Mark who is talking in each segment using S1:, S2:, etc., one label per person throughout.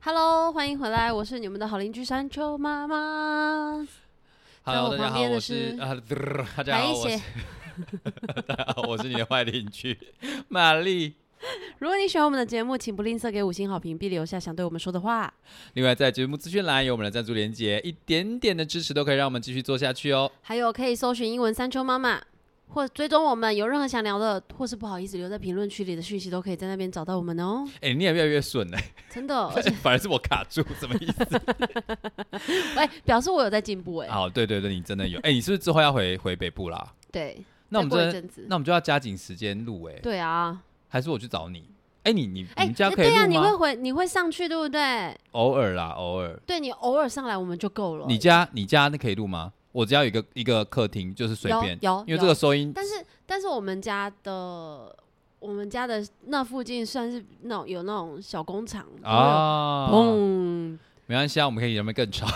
S1: Hello，欢迎回来，我是你们的好邻居山丘妈妈。
S2: Hello，
S1: 在我
S2: 大家
S1: 旁
S2: 好，
S1: 边的
S2: 我是
S1: 是
S2: 啊， 大家好，
S1: 一
S2: 我
S1: 些
S2: 是 大家好，我是你的坏邻居玛丽。
S1: 如果你喜欢我们的节目，请不吝啬给五星好评，并留下想对我们说的话。
S2: 另外，在节目资讯栏有我们的赞助连接，一点点的支持都可以让我们继续做下去哦。
S1: 还有可以搜寻英文山丘妈妈，或追踪我们，有任何想聊的，或是不好意思留在评论区里的讯息，都可以在那边找到我们哦。
S2: 哎，你也越来越顺了，
S1: 真的， 而且
S2: 反而是我卡住，什么 意思？
S1: 哎、表示我有在进步哎、
S2: 好，对对对，你真的有。哎，你是不是之后要回回北部啦？
S1: 对，
S2: 那我们
S1: 再过一
S2: 真的，
S1: 阵子，
S2: 那我们就要加紧时间录哎，
S1: 对啊，
S2: 还是我去找你？哎，你你你
S1: 哎、
S2: 们家可以
S1: 对啊，
S2: 录
S1: 你会哦
S2: 吗？
S1: 回，你会上去对不对？
S2: 偶尔啦，偶尔。
S1: 对你偶尔上来我们就够了。
S2: 你家你家那可以录吗？我只要有一个一个客厅，就是随
S1: 有
S2: 便，
S1: 有
S2: 因为
S1: 有
S2: 这个收音
S1: 但是但是我们家的我们家的那附近算是那种有那种小工厂，
S2: 啊，
S1: 砰，
S2: 没关系啊，我们可以让他们更吵。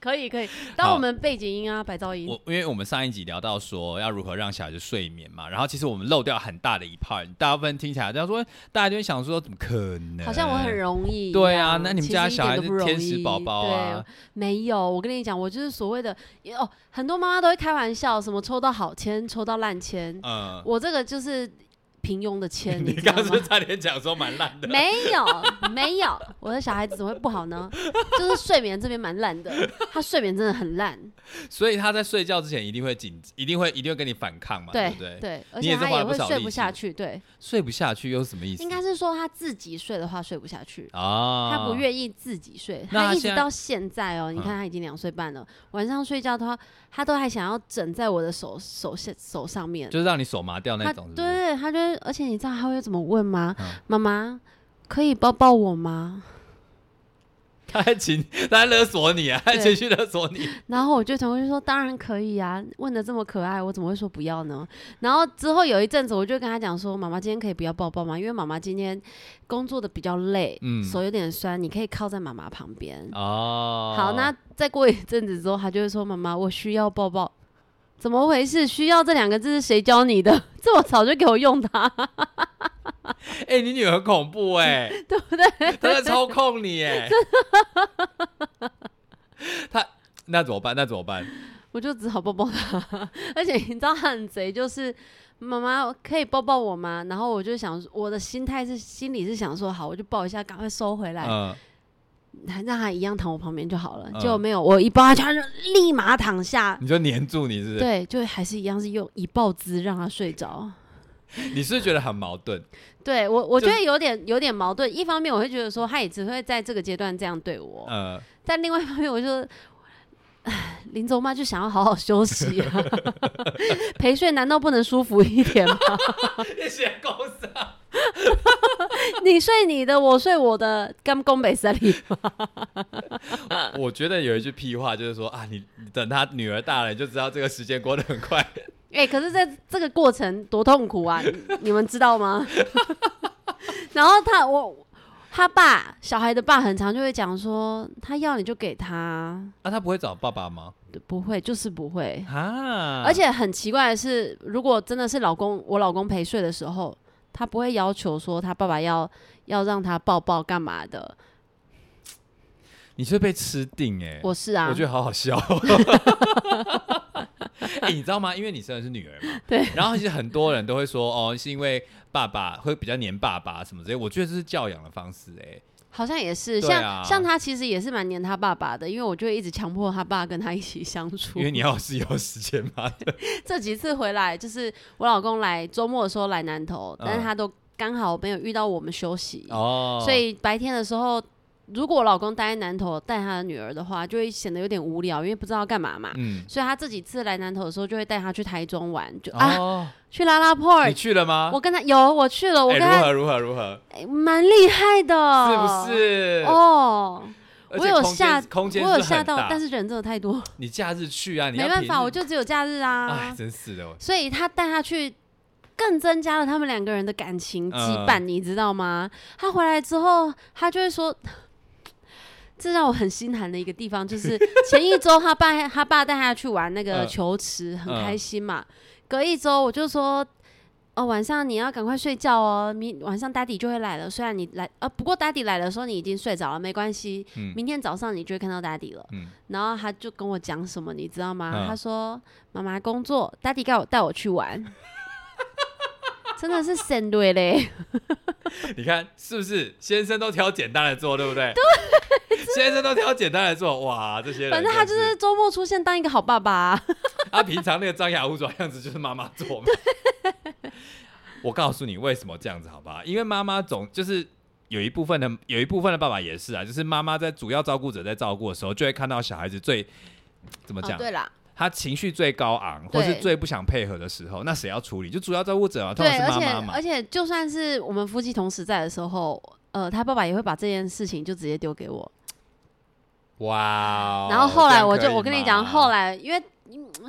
S1: 可以可以，
S2: 好
S1: 当我们背景音啊，白噪音
S2: 我，因为我们上一集聊到说要如何让小孩子睡眠嘛，然后其实我们漏掉很大的一 part，大部分听起来大家说，大家就会想说怎么可能？
S1: 好像我很容易一样。
S2: 对啊，那你们
S1: 其
S2: 家
S1: 实一
S2: 小
S1: 点
S2: 孩
S1: 都
S2: 是
S1: 不容
S2: 天使
S1: 易
S2: 宝宝啊？
S1: 对，没有，我跟你讲，我就是所谓的哦，很多妈妈都会开玩笑，什么抽到好签，抽到烂签，
S2: 嗯，
S1: 我这个就是平庸的签，
S2: 你
S1: 知道
S2: 刚刚
S1: 吗
S2: 是？不是差点讲说蛮烂 的，
S1: 没有，没有，我的小孩子怎么会不好 呢？就是睡眠这边蛮烂的，他睡眠真的很烂，
S2: 所以他在睡觉之前一定会紧，一定会一定会跟你反抗嘛，对
S1: 对
S2: 不对？
S1: 对，而
S2: 你也
S1: 且
S2: 是
S1: 他
S2: 花了
S1: 也
S2: 不
S1: 会
S2: 少
S1: 睡
S2: 力
S1: 不
S2: 气
S1: 下去，对，
S2: 睡不下去又是什么意思？
S1: 应该是说他自己睡的话睡不下去。
S2: 啊，
S1: 他不愿意自己睡，
S2: 那
S1: 他
S2: 他
S1: 一直
S2: 现在
S1: 到现在哦，你
S2: 嗯
S1: 看他已经两岁半了，晚上睡觉的话，他都还想要枕在我的手手下手上面，
S2: 就是让你手麻掉那
S1: 他
S2: 种，是不是？
S1: 对，他就会，而且你知道他会怎么问吗
S2: 嗯？
S1: 妈妈，可以抱抱我吗？
S2: 他在情，他在勒索你啊，他在
S1: 对
S2: 情绪勒索你。啊
S1: 然后我就同学说：“当然可以啊，问的这么可爱，我怎么会说不要呢？”然后之后有一阵子，我就跟他讲说：“妈妈今天可以不要抱抱吗？因为妈妈今天工作的比较累，
S2: 嗯
S1: 手有点酸，你可以靠在妈妈旁边。
S2: 哦，
S1: 好，那再过一阵子之后，他就会说：“妈妈，我需要抱抱。”怎么回事？需要这两个字是谁教你的？ 这么早就给我用它，
S2: 哎、你女儿很恐怖哎、
S1: 对不对？
S2: 她在操控你哎、她那怎么办？那怎么办？
S1: 我就只好抱抱他。 而且你知道他很贼，就是妈妈可以抱抱我吗？然后我就想，我的心态是心里是想说，好，我就抱一下，赶快收回来，
S2: 嗯，
S1: 还让他一样躺我旁边就好了。
S2: 嗯
S1: 结果没有，我一抱他，他就立马躺下。
S2: 你就黏住你是不是？
S1: 对，就还是一样是用以抱姿让他睡着。
S2: 你是不是觉得很矛盾？
S1: 对我，我
S2: 就
S1: 觉得有点有点矛盾。一方面我会觉得说，他也只会在这个阶段这样对我，
S2: 呃，
S1: 但另外一方面，我就，唉临走妈就想要好好休息啊， 陪睡难道不能舒服一点吗？
S2: 你写公司
S1: 你睡你的，我睡我的，干公北森里。
S2: 我觉得有一句屁话就是说啊，你你等她女儿大了，你就知道这个时间过得很快。
S1: 哎、可是在这个过程多痛苦啊，你你们知道吗？ 然后他我他爸小孩的爸很常就会讲说，他要你就给他，
S2: 啊，她不会找爸 爸吗？
S1: 不会就是不会。
S2: 啊，
S1: 而且很奇怪的是，如果真的是老公我老公陪睡的时候，他不会要求说他爸爸要要让他抱抱干嘛的。
S2: 你是被吃定哎、
S1: 我是啊，
S2: 我觉得好 好笑。哎、你知道吗？因为你生的是女儿嘛，
S1: 对。
S2: 然后其实很多人都会说，哦，是因为爸爸会比较黏爸爸什么之类。我觉得这是教养的方式、
S1: 好像也是，
S2: 对
S1: 像、
S2: 啊
S1: 像他其实也是蛮黏他爸爸的，因为我就会一直强迫他爸跟他一起相
S2: 哎，
S1: 处。
S2: 因为你要是有时间嘛。
S1: 这几次回来，就是我老公来周末的时候来南投，
S2: 嗯
S1: 但是他都刚好没有遇到我们休息，
S2: 哦
S1: 所以白天的时候，如果我老公待在南投带他的女儿的话，就会显得有点无聊，因为不知道干嘛嘛。
S2: 嗯，
S1: 所以他这几次来南投的时候，就会带他去台中玩，就、啊
S2: 哦，
S1: 去拉拉破
S2: 你去了吗？
S1: 我跟他有我去了，我
S2: 哎
S1: 跟他
S2: 如何如何如何，
S1: 哎蛮厉害
S2: 是
S1: 的，
S2: 不？是？
S1: 哦，
S2: 而
S1: 我
S2: 且
S1: 有
S2: 空间
S1: 吓，
S2: 空间
S1: 我有
S2: 是很
S1: 吓到
S2: 大，
S1: 但是人真的太多，
S2: 你假日去啊，你
S1: 没
S2: 要
S1: 办
S2: 平
S1: 法，
S2: 日
S1: 我就只有假日
S2: 哎，
S1: 啊，
S2: 真是的，我
S1: 所以他带他去。更增加了他们两个人的感情羁
S2: 嗯
S1: 绊，你知道吗？他回来之后，他就会说， 这让我很心寒的一个地方，就是 前一周他爸他爸带他去玩那个
S2: 嗯
S1: 球池，很
S2: 嗯
S1: 开心嘛。隔一周我就说，哦，晚上你要赶快睡觉哦，明晚上 daddy 就会来了。虽然你来，呃，不过 daddy 来的时候你已经睡着了，没关系，
S2: 嗯
S1: 明天早上你就会看到 daddy 了。
S2: 嗯
S1: 然后他就跟我讲什么，你知道吗？
S2: 嗯
S1: 他说：“妈妈工作，daddy 带我带我去玩。” 真的是神对嘞，
S2: 你看是不是先生都挑简单的做，对不对？对， 先生都挑简单的做，哇，这些人
S1: 反正他就
S2: 真是
S1: 是周末出现当一个好爸爸啊、
S2: 他平常那个张牙舞爪样子就是妈妈做嘛。我告诉你为什么这样子好不好？因为妈妈总就是有一部分的有一部分的爸爸也是啊，就是妈妈在主要照顾者在照顾的时候，就会看到小孩子最怎么
S1: 哦
S2: 讲，
S1: 对啦，
S2: 他情绪最高昂，或是
S1: 对
S2: 最不想配合的时候，那谁要处理？就主要照顾者啊，通常
S1: 对，
S2: 是
S1: 而
S2: 妈
S1: 且
S2: 妈嘛
S1: 而。且就算是我们夫妻同时在的时候，呃，他爸爸也会把这件事情就直接丢给我。
S2: 哇哦、
S1: 然后后来我
S2: 这
S1: 就
S2: 样可以
S1: 我跟你讲，
S2: 吗
S1: 后来因为、嗯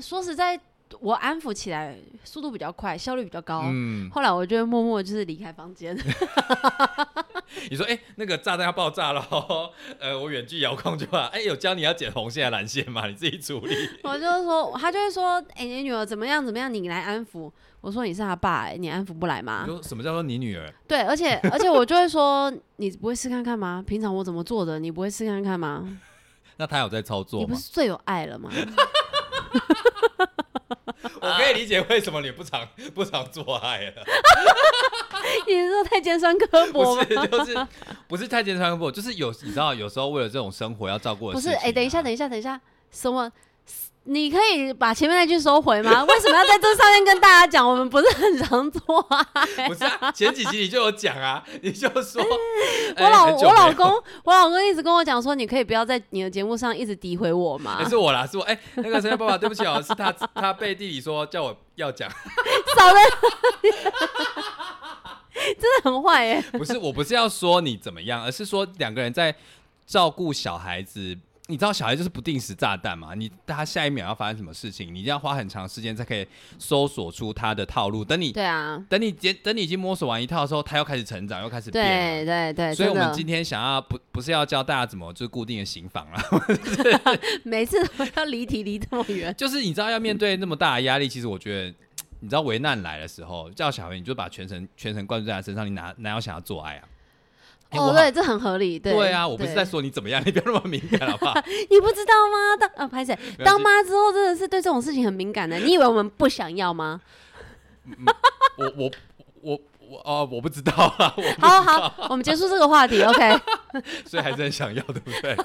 S1: 说实在，我安抚起来速度比较快，效率比较高。
S2: 嗯，
S1: 后来我就会默默就是离开房间，
S2: 你说哎、那个炸弹要爆炸了，呃，我远距遥控就好。哎、有教你要剪红线还是啊蓝线吗？你自己处理。
S1: 我就是说，他就会说，哎、你女儿怎么样怎么样，你来安抚。我说你是他爸、哎你安抚不来吗
S2: 你？说什么叫做你女儿？
S1: 对，而且而且我就会说，你不会试看看吗？平常我怎么做的，你不会试看看吗？
S2: 那他有在操
S1: 你
S2: 作
S1: 不
S2: 吗？
S1: 是最有爱 了吗？
S2: 我可以理解为什么你不常不常做爱了，
S1: 你是说太尖酸刻薄
S2: 不
S1: 吗
S2: 是？ 就是不是太健康不，就是有你知道有时候为了这种生活要照顾的
S1: 不是，
S2: 事情
S1: 哎、等一下，
S2: 啊
S1: 等一下，等一下，什么？你可以把前面那句收回吗？为什么要在这上面跟大家讲？我们不是很常做啊。
S2: 不是啊，前几集你就有讲啊，你就 说哎
S1: 我老
S2: 很久
S1: 我
S2: 没有
S1: 老 公，我老公一直跟我讲说，你可以不要在你的节目上一直诋毁我嘛
S2: 哎。是我啦，是我哎、那个谁爸爸，对不起哦，是他他背地里说叫我要讲，
S1: 少的，真的很坏欸耶。
S2: 不是我不是要说你怎么样，而是说两个人在照顾小孩子。你知道小孩就是不定时炸弹嘛？你他下一秒要发生什么事情，你一定要花很长时间才可以搜索出他的套路。等你
S1: 对啊，
S2: 等你结，等你已经摸索完一套的时候，他又开始成长，又开始变
S1: 对
S2: 了。
S1: 对对，
S2: 所以，我
S1: 真
S2: 们
S1: 的
S2: 今天想要不不是要教大家怎么就是固定的刑房啦，
S1: 每次都要离题离这么 远。
S2: 就是你知道要面对那么大的压力，其实我觉得，你知道危难来的时候，叫小孩你就把全神全神贯注在他身上，你哪哪有想要做爱啊？哎
S1: 哦，
S2: 我
S1: 对，这很合理。对
S2: 好对啊，我不是在
S1: 对
S2: 说你怎么样，你不要那么敏感好不好？
S1: 你不知道吗？当啊，拍谁？
S2: 系
S1: 当妈之后真的是对这种事情很敏感的。你以为我们不想要 吗？
S2: 我我我我哦、我不知道啊，我
S1: 好好，我们结束这个话题。OK，
S2: 所以还是很想要，对不对？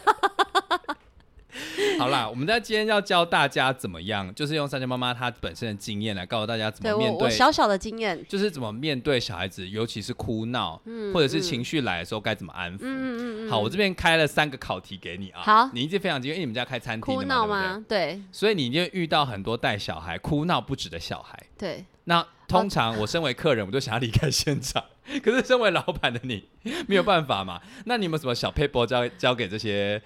S2: 好啦，我们在今天要教大家怎么样，就是用三千妈妈她本身的经验来告诉大家怎
S1: 对
S2: 么
S1: 我
S2: 面
S1: 我
S2: 对，
S1: 小小的经验，
S2: 就是怎么面对小孩子，尤其是哭闹、
S1: 嗯
S2: 或者是情绪来的时候该怎么安抚。
S1: 嗯嗯嗯嗯，
S2: 好，我这边开了三个考题给你啊。
S1: 好
S2: 你一定非常经验，因为你们家开餐厅
S1: 哭
S2: 的
S1: 闹
S2: 嘛，对不对？
S1: 吗？对
S2: 所以你就遇到很多带小孩哭闹不止的小孩。
S1: 对，
S2: 那通常我身为客人，我就想要离开现场。 可是身为老板的你， 没有办法嘛？那你有没有什么小 paper 交交给这些，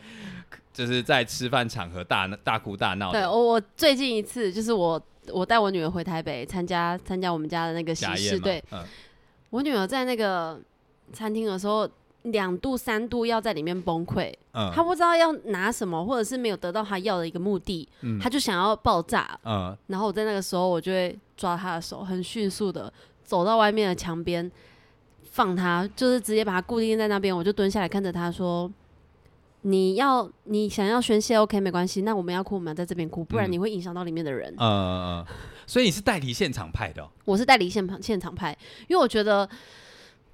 S2: 就是在吃饭场合大大哭大闹
S1: 对
S2: 的？
S1: 我我最近一次就是我我带我女儿回台北参加参加我们家的那个喜
S2: 家宴
S1: 事，
S2: 嘛
S1: 对，
S2: 嗯，
S1: 我女儿在那个餐厅的时候。两度三度要在里面崩溃，
S2: 嗯
S1: 她不知道要拿什么，或者是没有得到她要的一个目的，
S2: 嗯
S1: 她就想要爆炸。
S2: 嗯，
S1: 然后我在那个时候，我就会抓她的手，很迅速的走到外面的墙边，放她，就是直接把她固定在那边。我就蹲下来看着她说：“你要你想要宣泄，OK，没关系。那我们要哭，我们要在这边哭，不然
S2: 嗯
S1: 你会影响到里面的人。
S2: 嗯嗯嗯，所以你是代理现场派的哦、
S1: 我是代理现场现场派，因为我觉得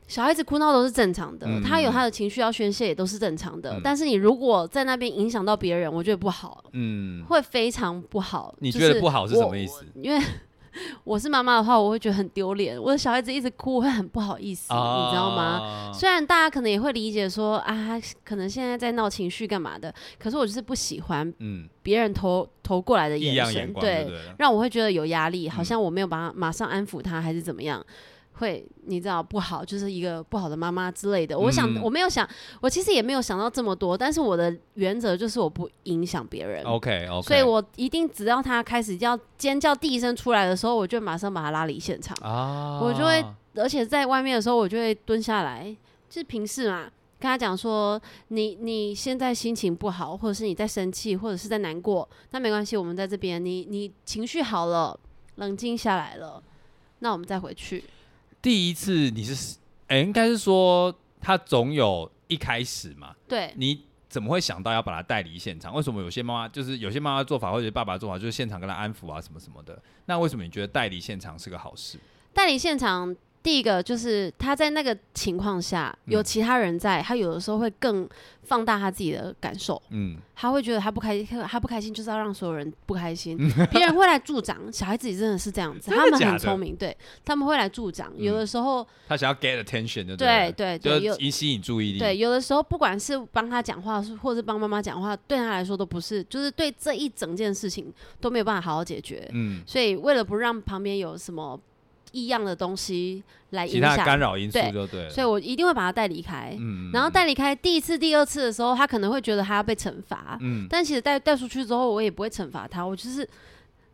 S1: 小孩子哭闹都是正常的，
S2: 嗯
S1: 他有他的情绪要宣泄也都是正常的。
S2: 嗯
S1: 但是你如果在那边影响到别人，我觉得不好，
S2: 嗯，
S1: 会非常不好。
S2: 你
S1: 就
S2: 觉得不好是什么意
S1: 思？
S2: 思？
S1: 我因为 我是妈妈的话，我会觉得很丢脸。我的小孩子一直哭，我会很不好意思，你知道吗？
S2: 啊
S1: 虽然大家可能也会理解说啊，他可能现在在闹情绪干嘛的，可是我就是不喜欢
S2: 嗯，
S1: 别人投投过来的
S2: 异
S1: 眼
S2: 样
S1: 神，
S2: 眼光，对不对？
S1: 让我会觉得有压力，好
S2: 嗯
S1: 像我没有把他马上安抚他，还是怎么样，会你知道不好，就是一个不好的妈妈之类的。我想、
S2: 嗯
S1: 我没有想，我其实也没有想到这么多，但是我的原则就是我不影响别人。
S2: OK OK，
S1: 所以我一定只要他开始要尖叫第一声出来的时候，我就马上把他拉离现场。
S2: 啊，
S1: 我就会而且在外面的时候，我就会蹲下来，就是平视嘛，跟他讲说，你你现在心情不好，或者是你在生气，或者是在难过，那没关系，我们在这边，你你情绪好了，冷静下来了，那我们再回去。
S2: 第一次你是，哎、应该是说他总有一开始嘛，
S1: 对，
S2: 你怎么会想到要把他带离现场？为什么有些妈妈就是有些妈妈做法或者爸爸做法就是现场跟他安抚啊什么什么的？那为什么你觉得带离现场是个好事？
S1: 带离现场，第一个就是他在那个情况下有
S2: 嗯
S1: 其他人在，他有的时候会更放大他自己的感受，
S2: 嗯，
S1: 他会觉得他不开心，他不开心就是要让所有人不开 心，别人会来助长。小孩子也真的是这样子，
S2: 真的
S1: 他们
S2: 假
S1: 很
S2: 的
S1: 聪明，对他们会来助长。有的时候，
S2: 他想要 get attention 就
S1: 对
S2: 对
S1: 对
S2: 了，就
S1: 对，有
S2: 是吸引注意力。
S1: 对，有的时候不管是帮他讲话，或是帮妈妈讲话，对他来说都不是，就是对这一整件事情都没有办法好好解决。
S2: 嗯，
S1: 所以为了不让旁边有什么异样的东西来
S2: 其
S1: 影
S2: 他的干
S1: 响，
S2: 扰因素
S1: 对
S2: 就对了。
S1: 所以我一定会把他带离开。
S2: 嗯，
S1: 然后带离开第一次、第二次的时候，他可能会觉得他要被惩罚，
S2: 嗯，
S1: 但其实带带出去之后，我也不会惩罚他，我就是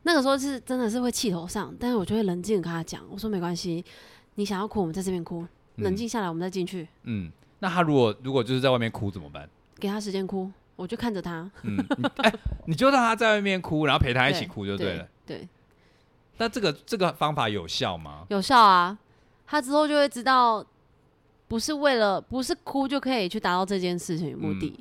S1: 那个时候是真的是会气头上，但是我就会冷静地跟他讲，我说没关系，你想要哭，我们在这边哭，冷
S2: 嗯
S1: 静下来，我们再进去，
S2: 嗯，那他如果如果就是在外面哭怎么办？
S1: 给他时间哭，我就看着他，
S2: 嗯，你哎、你就让他在外面哭，然后陪他一起哭就对
S1: 对
S2: 了。
S1: 对，
S2: 那这个这个方法有效吗？
S1: 有效啊，他之后就会知道。不是为了不是哭就可以去达到这件事情的目的，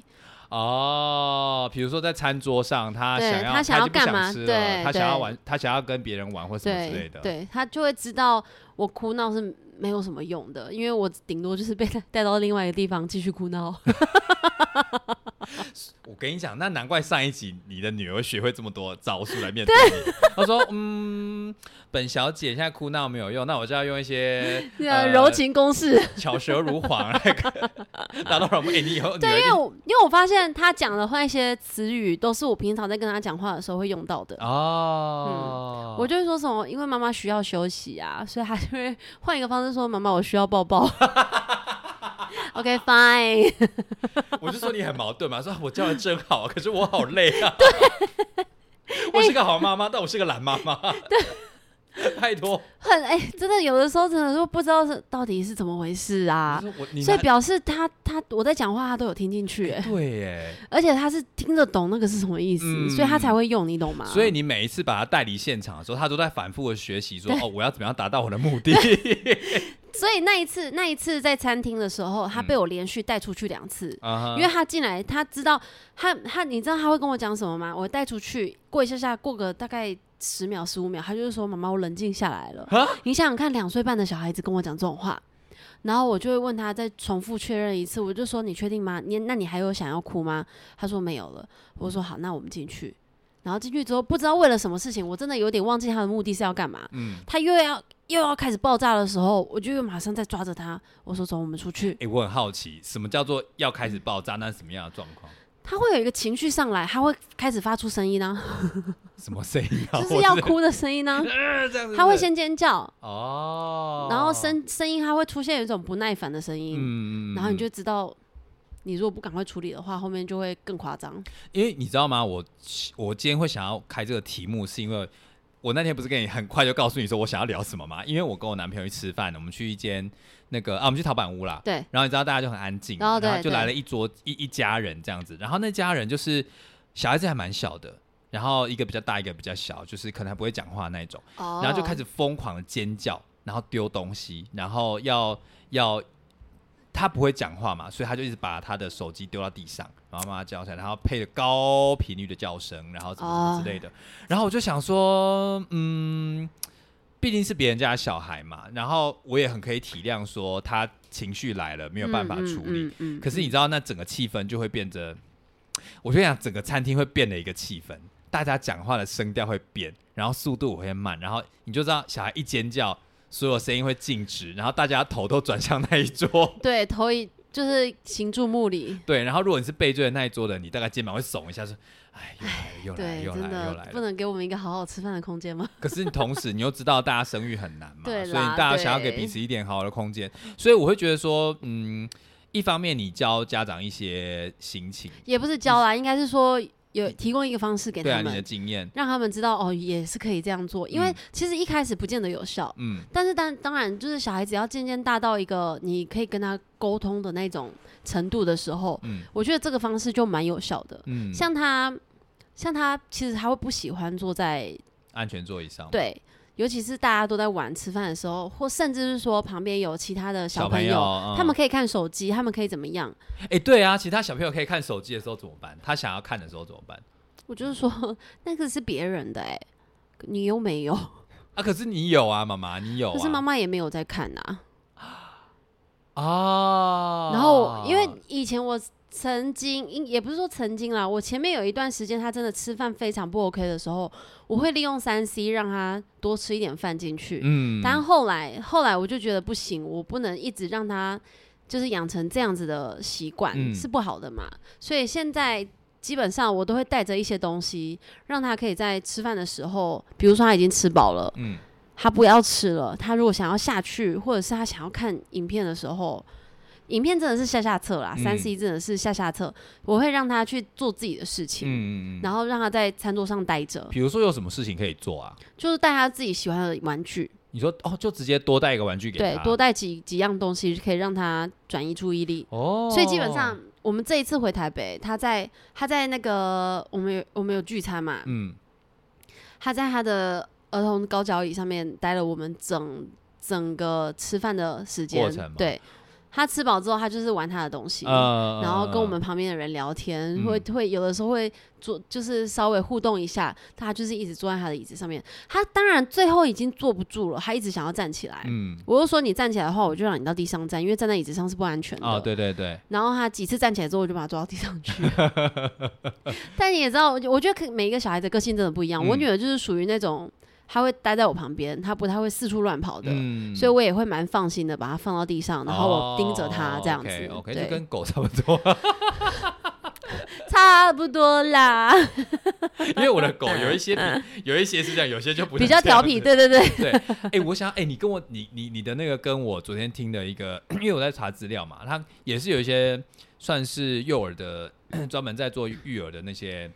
S2: 嗯哦，比如说在餐桌上，他
S1: 对
S2: 想要
S1: 他想要
S2: 已经不
S1: 干嘛
S2: 吃了
S1: 对
S2: 他想要
S1: 对
S2: 玩，他想要跟别人玩或什么之类
S1: 对
S2: 的。，
S1: 对，他就会知道我哭闹是没有什么用的，因为我顶多就是被带带到另外一个地方继续哭 闹。
S2: 我跟你讲，那难怪上一集你的女儿学会这么多招数来面对你。 她说：“嗯，本小姐现在哭闹没有用，那我就要用一些 呃
S1: 对啊，柔情攻势，
S2: 巧舌如簧来 达到我们。哎、你以后女
S1: 对，
S2: 儿
S1: 因为
S2: 一
S1: 我因为我发现他讲的话一些词语都是我平常在跟他讲话的时候会用到的。
S2: 哦，
S1: 我就会说什么，因为妈妈需要休息啊， 所以他就会换一个方式说：“妈妈，我需要抱 抱。” OK fine，
S2: 我就说你很矛盾嘛，说我教的真好，可是我好累 啊。我是个好妈妈，但我是个懒妈妈。拜托，
S1: 很哎、真的有的时候真的是不知道是到底是怎么回事啊，
S2: 我说我你
S1: 所以
S2: 拿
S1: 表示他他我在讲话他都有听进去、 哎
S2: 对耶，
S1: 而且他是听得懂那个是什么意思，
S2: 嗯
S1: 所以他才会用，你懂吗？
S2: 所以你每一次把他带离现场的时候，他都在反复的学习，说
S1: 对
S2: 哦，我要怎么样达到我的目的？
S1: 所以那一次那一次在餐厅的时候，他
S2: 嗯
S1: 被我连续带出去两次，
S2: 啊哈
S1: 因为他进来，他知道他他，你知道他会跟我讲什么吗？我带出去过一下下，过个大概十秒十五秒，他就是说：“妈妈，我冷静下来了。
S2: 啊”
S1: 你想想看，两岁半的小孩子跟我讲这种话，然后我就会问他，再重复确认一次，我就说：“你确定吗？你那你还有想要哭吗？”他说：“没有了。”我说：“好，那我们进去。”然后进去之后，不知道为了什么事情，我真的有点忘记他的目的是要干嘛。
S2: 嗯，
S1: 他又要又要开始爆炸的时候，我就又马上再抓着他，我说：“走，我们出去。”
S2: 哎、我很好奇，什么叫做要开始爆炸？那是什么样的状况？
S1: 他会有一个情绪上来，他会开始发出声音 呢、
S2: 什么声音啊？
S1: 就是
S2: 我
S1: 要 哭的声音呢、
S2: 呃这样子，
S1: 他会先尖叫，
S2: 哦，
S1: 然后声声音他会出现有一种不耐烦的声音，
S2: 嗯
S1: 然后你就知道，你如果不赶快处理的话，后面就会更夸张。
S2: 因为你知道吗？我我今天会想要开这个题目，是因为我那天不是跟你很快就告诉你说我想要聊什么吗？因为我跟我男朋友去吃饭，我们去一间那个啊，我们去陶板屋啦。
S1: 对，
S2: 然后你知道大家就很安静，
S1: 然后对
S2: 就
S1: 对
S2: 来了一桌一一家人这样子。然后那家人就是小孩子还蛮小的，然后一个比较大，一个比较小，就是可能还不会讲话那一种。
S1: 哦
S2: 然后就开始疯狂的尖叫，然后丢东西，然后要要他不会讲话嘛，所以他就一直把他的手机丢到地上，然后把他叫起来，然后配着高频率的叫声，然后怎么怎么
S1: 哦
S2: 之类的。然后我就想说，嗯，毕竟是别人家的小孩嘛，然后我也很可以体谅说他情绪来了没有办法处理，
S1: 嗯嗯嗯嗯
S2: 可是你知道，那整个气氛就会变得，我就想整个餐厅会变了一个气氛，大家讲话的声调会变，然后速度会慢，然后你就知道小孩一尖叫，所有声音会静止，然后大家头都转向那一桌。
S1: 对头一就是行注目礼，
S2: 对，然后如果你是背对的那一桌的，你大概肩膀会耸一下，说：“哎，又来了，
S1: 对，
S2: 又来
S1: 真
S2: 了，又来了，又
S1: 的
S2: 来
S1: 不
S2: 了。
S1: 能给我们一个好好吃饭的空间吗？”
S2: 可是你同时，你又知道大家生育很难嘛，所
S1: 对
S2: 以
S1: 啦
S2: 大家想要给
S1: 对
S2: 彼此一点好的空间，所以我会觉得说，嗯，一方面你教家长一些心情，
S1: 也不是教啦，应该是说有提供一个方式给
S2: 对啊，
S1: 他
S2: 你的
S1: 们，
S2: 经验，
S1: 让他们知道哦，也是可以这样做，因为
S2: 嗯
S1: 其实一开始不见得有效。
S2: 嗯，
S1: 但是当当然，就是小孩子要渐渐大到一个你可以跟他沟通的那种程度的时候，
S2: 嗯
S1: 我觉得这个方式就蛮有效的。
S2: 嗯，
S1: 像他，像他其实他会不喜欢坐在
S2: 安全座椅上，，
S1: 对，尤其是大家都在玩吃饭的时候，或甚至是说旁边有其他的
S2: 小
S1: 朋
S2: 友，嗯
S1: 他们可以看手机，他们可以怎么样？
S2: 哎、对啊，其他小朋友可以看手机的时候怎么办？他想要看的时候怎么办？
S1: 我就是说， 那个是别人的哎、你又没有，
S2: 啊，可是你有啊，妈妈，你有、啊，
S1: 可是妈妈也没有在看呐、
S2: 啊。
S1: 然后因为以前
S2: 哦
S1: 我曾经，应也不是说曾经啦，我前面有一段时间他真的吃饭非常不 OK 的时候，我会利用三 C 让他多吃一点饭进去。
S2: 嗯，
S1: 但后来后来我就觉得不行，我不能一直让他就是养成这样子的习惯、
S2: 嗯
S1: 是不好的嘛。所以现在基本上我都会带着一些东西，让他可以在吃饭的时候，比如说他已经吃饱了，
S2: 嗯，
S1: 他不要吃了，他如果想要下去，或者是他想要看影片的时候。影片真的是下下策啦，
S2: 嗯
S1: 三 C 真的是下下策。我会让他去做自己的事情，
S2: 嗯嗯嗯。
S1: 然后让他在餐桌上待着，
S2: 比如说有什么事情可以做啊？
S1: 就是带他自己喜欢的玩具。
S2: 你说哦，就直接多带一个玩具给
S1: 对
S2: 他，，
S1: 多带几几样东西可以让他转移注意力。
S2: 哦，
S1: 所以基本上，我们这一次回台北，他在他在那个我们有我们有聚餐嘛，
S2: 嗯，
S1: 他在他的儿童高脚椅上面待了我们整整个吃饭的时
S2: 过
S1: 间
S2: 程嘛。
S1: 对，他吃饱之后，他就是玩他的东西。
S2: 呃
S1: 然后跟我们旁边的人聊天，
S2: 嗯
S1: 会会有的时候会坐，就是稍微互动一下。他就是一直坐在他的椅子上面，他当然最后已经坐不住了，他一直想要站起来。
S2: 嗯
S1: 我就说你站起来的话，我就让你到地上站，因为站在椅子上是不安全的。
S2: 啊，对对对，
S1: 然后他几次站起来之后，我就把他抓到地上 去。但你也知道，我我觉得可每一个小孩的个性真的不一样。
S2: 嗯
S1: 我女儿就是属于那种，她会待在我旁边，她不太会四处乱跑的，
S2: 嗯哦
S1: 所以我也会蛮放心的把她放到地上，然后我盯着她这样子。
S2: OK，
S1: 对
S2: 就跟狗差不多，
S1: 差不多啦，
S2: 因为我的狗有一 些比有一些是这样，有些就不
S1: 比
S2: 是
S1: 较
S2: 这样
S1: 调皮。
S2: 子。
S1: 对对对，
S2: 对， 哎、我想，哎、你跟我，你你你的那个跟我昨天听的一个， 因为我在查资料嘛，它也是有一些算是幼儿的，呃专门在做育儿的那些，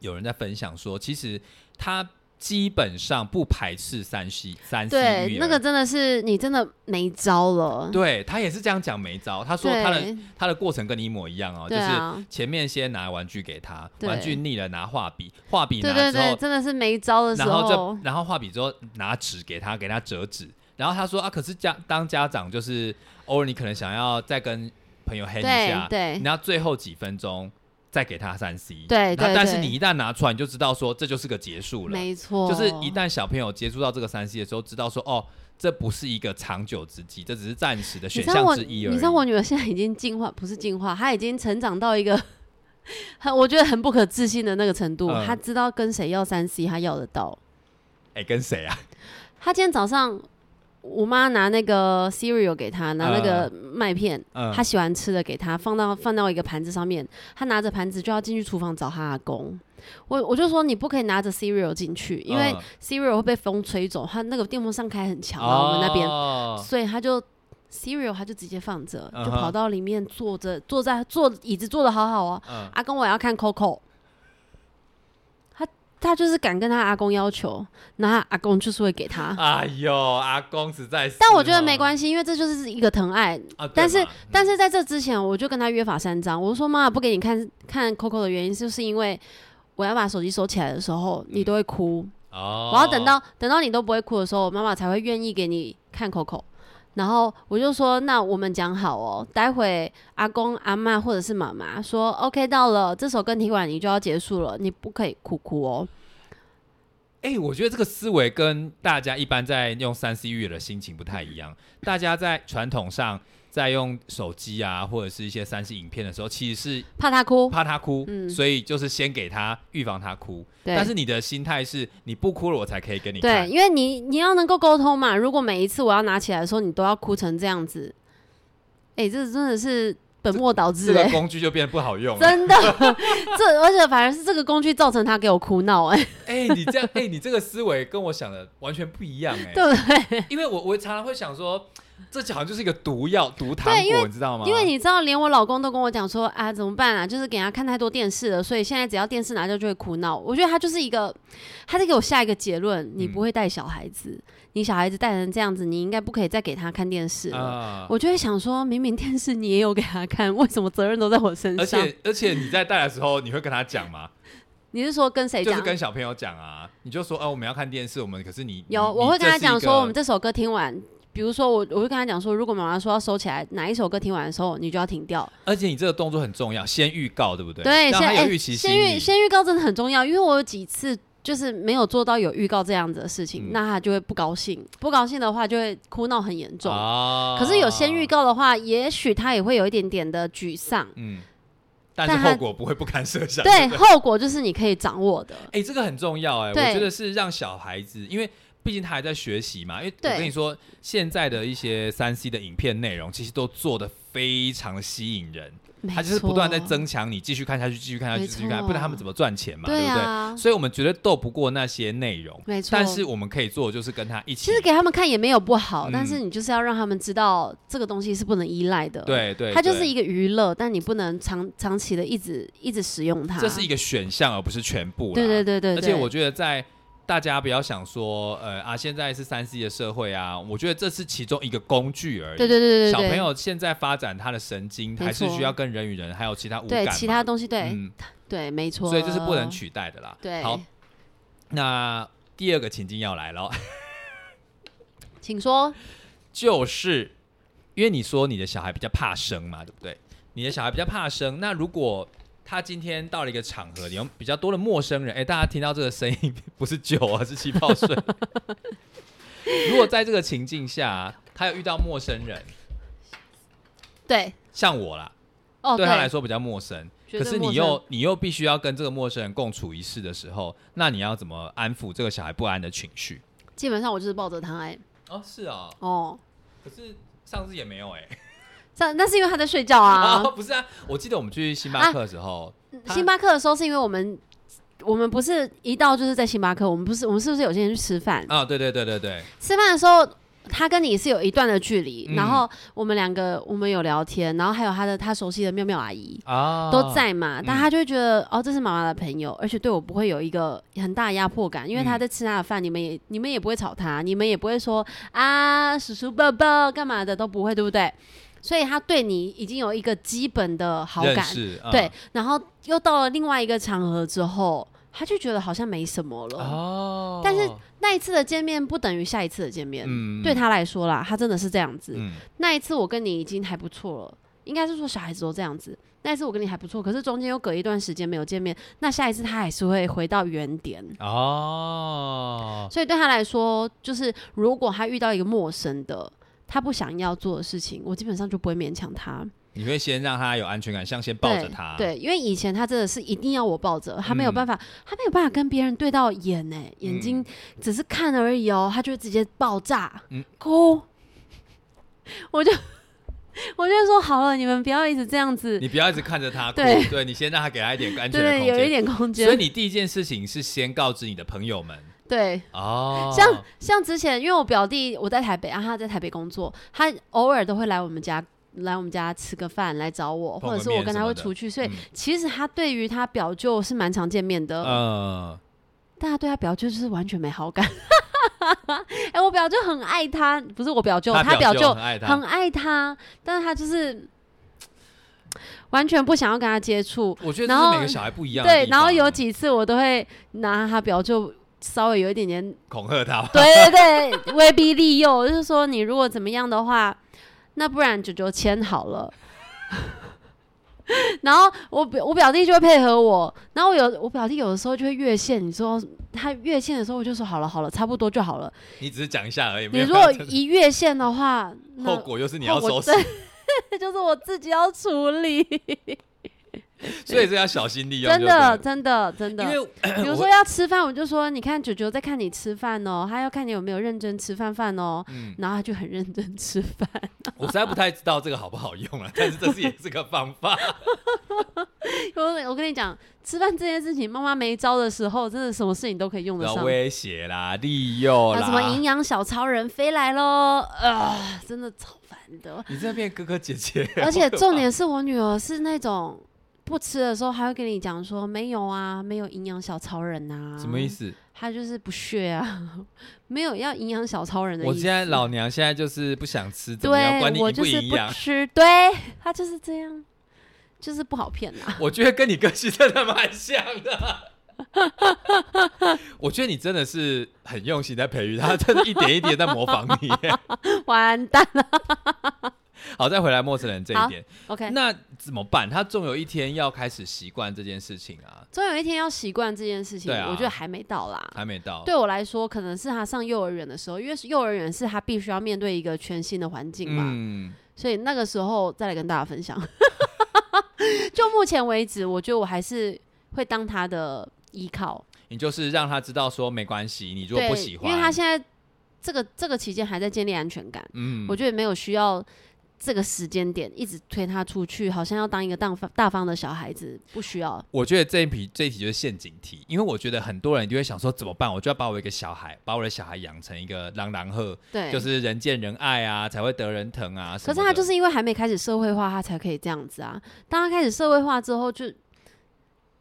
S2: 有人在分享说，其实他基本上不排斥三 C 三 C
S1: 对
S2: 育儿，
S1: 那个真的是你真的没招了。
S2: 对他也是这样讲没招，他说他的
S1: 对
S2: 他的过程跟你一模一样哦，就
S1: 对
S2: 是
S1: 啊，
S2: 前面先拿玩具给他，
S1: 对
S2: 玩具腻了拿画笔，画笔
S1: 对
S2: 拿
S1: 对
S2: 之
S1: 对，
S2: 后，
S1: 真的是没招的时
S2: 然后
S1: 候
S2: 这，然后画笔之后拿纸给他，给他折纸。然后他说啊，可是家当家长就是偶尔你可能想要再跟朋友 hang 一
S1: 对
S2: 下，
S1: 对
S2: 你要最后几分钟再给他三 C，
S1: 对
S2: 然后
S1: 对
S2: 但是
S1: 对
S2: 你一旦拿出来，你就知道说这就是个结束了，
S1: 没错，
S2: 就是一旦小朋友接触到这个三 C 的时候，知道说哦，这不是一个长久之计，这只是暂时的
S1: 你
S2: 选
S1: 知道我，
S2: 项之一而已。
S1: 你知道我女儿现在已经进化，不是进化，她已经成长到一个很我觉得很不可置信的那个程度。
S2: 嗯
S1: 她知道跟谁要三 C，她要得到。
S2: 哎、跟谁啊？
S1: 她今天早上，我妈拿那个 cereal 给她，拿那个麦片，
S2: 嗯
S1: 她喜欢吃的给她，放到放到一个盘子上面。她拿着盘子就要进去厨房找她阿公。我我就说你不可以拿着 cereal 进去，因为
S2: 嗯
S1: cereal 会被风吹走，它那个电风扇开很强啊，我们那边。
S2: 哦
S1: 所以他就 cereal 他就直接放着，
S2: 嗯哼
S1: 就跑到里面坐着，坐在坐椅子坐的好好哦。
S2: 嗯
S1: 阿公，我要看 Coco。他他就是敢跟他阿公要求，然后他阿公就是会给他。
S2: 哎呦，阿公实在是哦，
S1: 但我觉得没关系，因为这就是一个疼爱。
S2: 啊，对
S1: 但是
S2: 嘛
S1: 但是在这之前，我就跟他约法三章。我就说妈，不给你看看 Coco 的原因，就是因为我要把手机收起来的时候，
S2: 嗯
S1: 你都会哭。
S2: 哦，
S1: 我要等到等到你都不会哭的时候，我妈妈才会愿意给你看 Coco。然后我就说，那我们讲好哦，待会阿公、阿妈或者是妈妈说 OK 到了，这首歌听完你就要结束了，你不可以哭哭哦。
S2: 哎、我觉得这个思维跟大家一般在用三 C 育儿的心情不太一样。大家在传统上在用手机啊，或者是一些三 C 影片的时候，其实是
S1: 怕他哭，
S2: 怕他哭，
S1: 嗯
S2: 所以就是先给他预防他哭。
S1: 对
S2: 但是你的心态是你不哭了，我才可以跟你
S1: 对，
S2: 看。
S1: 因为你你要能够沟通嘛。如果每一次我要拿起来的时候，你都要哭成这样子，哎，这真的是本末倒置
S2: 这个
S1: 哎、
S2: 工具就变得不好用了。
S1: 真的， 这而且反而是这个工具造成他给我哭闹哎、
S2: 哎、你这样，哎、你这个思维跟我想的完全不一样哎、
S1: 对不对？
S2: 因为我我常常会想说，这好像就是一个毒药、毒糖
S1: 对因为
S2: 果，你知道吗？
S1: 因为你知道，连我老公都跟我讲说啊，怎么办啊？就是给他看太多电视了，所以现在只要电视拿掉就会哭闹。我觉得他就是一个，他在给我下一个结论：你
S2: 嗯
S1: 不会带小孩子，你小孩子带成这样子，你应该不可以再给他看电视了。
S2: 啊，
S1: 我就会想说，明明电视你也有给他看，为什么责任都在我身
S2: 而
S1: 上？
S2: 且而且你在带的时候，你会跟他讲吗？
S1: 你是说跟谁
S2: 就是
S1: 哎讲？
S2: 跟小朋友讲啊，你就说哦、我们要看电视，我们可是你
S1: 有，
S2: 你
S1: 我会
S2: 你这
S1: 跟他
S2: 是一
S1: 讲
S2: 个
S1: 说，我们这首歌听完，比如说我，我会跟他讲说，如果妈妈说要收起来，哪一首歌听完的时候，你就要停掉。
S2: 而且你这个动作很重要，先预告，对不对？
S1: 对，
S2: 让
S1: 先
S2: 他
S1: 哎
S2: 有预期心
S1: 先预
S2: 理。
S1: 先预告真的很重要，因为我有几次就是没有做到有预告这样子的事情，
S2: 嗯
S1: 那他就会不高兴，不高兴的话就会哭闹很严重。
S2: 啊
S1: 可是有先预，告的话，也许他也会有一点点的沮 丧，
S2: 嗯，但
S1: 但
S2: 是
S1: 他
S2: 后果不会不堪设想。
S1: 对，后果就是你可以掌握的。
S2: 哎、这个很重要哎、
S1: 对
S2: 我觉得是让小孩子，因为毕竟他还在学习嘛。因为
S1: 对
S2: 我跟你说，现在的一些三 C 的影片内容，其实都做的非常的吸引人，
S1: 没
S2: 它就是不断地在
S1: 错，
S2: 增强你继续看下去，继续看下去，
S1: 没
S2: 继续看，
S1: 错
S2: 不然他们怎么赚钱嘛？
S1: 对
S2: 不对？
S1: 啊，
S2: 所以我们绝对斗不过那些内容，
S1: 没错。
S2: 但是我们可以做的就是跟他一起
S1: 其实。给他们看也没有不好，
S2: 嗯
S1: 但是你就是要让他们知道这个东西是不能依赖的。。
S2: 对对，
S1: 它就是
S2: 对
S1: 一个娱乐，但你不能长长期的一直一直使用它。
S2: 这是一个选项，而不是全部啦。
S1: 对对对对对，
S2: 而且我觉得在大家不要想说，呃啊，现在是三 C 的社会啊，我觉得这是其中一个工具而已。
S1: 对对对对对
S2: 小朋友现在发展他的神经，
S1: 没错
S2: 还是需要跟人与人还有其他五感
S1: 对
S2: 嘛
S1: 其他东西，对、
S2: 嗯，
S1: 对，没错。
S2: 所以这是不能取代的啦。
S1: 对。
S2: 好，，那第二个情境要来了，
S1: 请说。
S2: 就是因为你说你的小孩比较怕生嘛，对不对？你的小孩比较怕生，那如果他今天到了一个场合，有比较多的陌生人，哎，大家听到这个声音不是酒啊，是气泡水。如果在这个情境下，他有遇到陌生人，
S1: 对，
S2: 像我啦，
S1: 哦，
S2: 对他来说比较陌生，
S1: 绝
S2: 可
S1: 对
S2: 是
S1: 陌
S2: 你
S1: 生
S2: 又你又必须要跟这个陌生人共处一室的时候，那你要怎么安抚这个小孩不安的情绪？
S1: 基本上我就是抱着他哎、
S2: 哦，是哦，
S1: 哦，
S2: 可是上次也没有哎、
S1: 这那是因为他在睡觉啊。
S2: 不是啊，我记得我们去星巴克的时候，他
S1: 星巴克的时候是因为我们我们不是一到就是在星巴克，我们不是我们是不是有些人去吃饭？
S2: 啊，对对对对对，
S1: 吃饭的时候，他跟你是有一段的距离，
S2: 嗯
S1: 然后我们两个我们有聊天，然后还有他的他熟悉的妙妙阿姨。
S2: 啊，
S1: 都在嘛，
S2: 嗯
S1: 但他就会觉得、哦，这是妈妈的朋友，而且对我不会有一个很大的压迫感，因为
S2: 嗯
S1: 他在吃他的饭，你们也你们也不会吵他，你们也不会说啊叔叔抱抱干嘛的都不会，对不对？所以他对你已经有一个基本的好
S2: 认
S1: 感，
S2: 识，啊
S1: 对，然后又到了另外一个场合之后，他就觉得好像没什么了。
S2: 哦，
S1: 但是那一次的见面不等于下一次的见面，
S2: 嗯
S1: 对，他来说啦，他真的是这样子。
S2: 嗯
S1: 那一次我跟你已经还不错了，应该是说小孩子都这样子。那一次我跟你还不错，可是中间又隔一段时间没有见面，那下一次他还是会回到原点。
S2: 哦，
S1: 所以对他来说，就是如果他遇到一个陌生的，他不想要做的事情，我基本上就不会勉强他。
S2: 你会先让他有安全感，像先抱着他，
S1: 对，对，因为以前他真的是一定要我抱着，他没有
S2: 嗯
S1: 办法，他没有办法跟别人对到眼呢、眼睛只是看而已哦，他就会直接爆炸、
S2: 嗯
S1: 哭，我就我就说好了，你们不要一直这样子，
S2: 你不要一直看着他哭，
S1: 对
S2: 对你先让他给他一点安全的
S1: 对，
S2: 空
S1: 有一
S2: 间。
S1: 点空
S2: 所以
S1: 间，
S2: 你第一件事情是先告知你的朋友们
S1: 对。
S2: 哦，
S1: 像像之前，因为我表弟我在台北，啊，他在台北工作，他偶尔都会来我们家，来我们家吃个饭，来找我，
S2: 碰
S1: 或者
S2: 个
S1: 是我
S2: 面
S1: 跟
S2: 什
S1: 他
S2: 么
S1: 会
S2: 的
S1: 出去，所以
S2: 嗯
S1: 其实他对于他表舅是蛮常见面的，
S2: 呃，
S1: 但他对他表舅就是完全没好感。 哎、我表舅很爱他，不是我表舅，他
S2: 表
S1: 舅
S2: 很爱他
S1: 很，爱他，但是他就是完全不想要跟他接触。
S2: 我觉得
S1: 然
S2: 这
S1: 后
S2: 是每个小孩不一样的地方。啊
S1: 对，然后有几次我都会拿他表舅稍微有一点点，，
S2: 恐吓他
S1: 对对对，威逼利诱，就是说你如果怎么样的话，那不然九九签好了。 然后我表我表弟就会配合我，然后我有我表弟有的时候就会越线，你说他越线的时候，我就说好了好了，差不多就好了。
S2: 你只是讲一下而已。
S1: 你
S2: 没有
S1: 如果一越线的话，那
S2: 后果又是你要
S1: 后
S2: 收
S1: 果
S2: 拾，
S1: 对就是我自己要处理，
S2: 所以这要小心利用。
S1: 真
S2: 就对
S1: 的
S2: 了，
S1: 真的真的。
S2: 因为
S1: 比如
S2: 我
S1: 说要吃饭，我就说你看九九在看你吃饭哦，他要看你有没有认真吃饭饭哦，
S2: 嗯，
S1: 然后他就很认真吃饭。
S2: 我实在不太知道这个好不好用了，但是这是也是个方 法。
S1: 我我跟你讲，吃饭这件事情，妈妈没招的时候，真的什么事情都可以用得
S2: 然后
S1: 上。
S2: 威胁啦、利诱
S1: 啊，
S2: 啦，
S1: 什么营养小超人飞来喽，啊，真的超烦
S2: 。
S1: 的
S2: 你这边哥哥姐姐，
S1: 而且重点是我女儿是那种不吃的时候还会跟你讲说没有啊，没有营养小超人啊，
S2: 什么意？思？
S1: 她就是不屑啊， 没有要营养小超人的意
S2: 我
S1: 思。
S2: 现在老娘现在就是不想吃，怎么样？
S1: 对
S2: 管你
S1: 我
S2: 营
S1: 就
S2: 不
S1: 是
S2: 营
S1: 不
S2: 养？
S1: 吃，对她就是 这样，就是不好骗啊。
S2: 我觉得跟你个性真的蛮像的。 我觉得你真的是很用心在培育他，真的一点一点在模仿 你耶。
S1: 完蛋了。
S2: 好，再回来陌生人这一
S1: 好
S2: 点，
S1: OK，
S2: 那怎么办？他终有一天要开始习惯这件事情啊，
S1: 总有一天要习惯这件事情，
S2: 对啊
S1: 我觉得还没到啦。
S2: 还没到。
S1: 对我来说，可能是他上幼儿园的时候，因为是幼儿园是他必须要面对一个全新的环境嘛，
S2: 嗯，
S1: 所以那个时候再来跟大家分享。 就目前为止，我觉得我还是会当他的依靠，
S2: 你就是让他知道说没关系，你如果
S1: 对，
S2: 不喜欢，
S1: 因为他现在这个这个期间还在建立安全感，
S2: 嗯
S1: 我觉得没有需要。这个时间点一直推他出去，好像要当一个大方大方的小孩子，不需要。
S2: 我觉得这一题这一题就是陷阱题，因为我觉得很多人就会想说怎么办？我就要把我一个小孩，把我的小孩养成一个狼狼鹤，
S1: 对，
S2: 就是人见人爱啊，才会得人疼啊。
S1: 可
S2: 什
S1: 是
S2: 么
S1: 他
S2: 的
S1: 就是因为还没开始社会化，他才可以这样子啊。当他开始社会化之后，就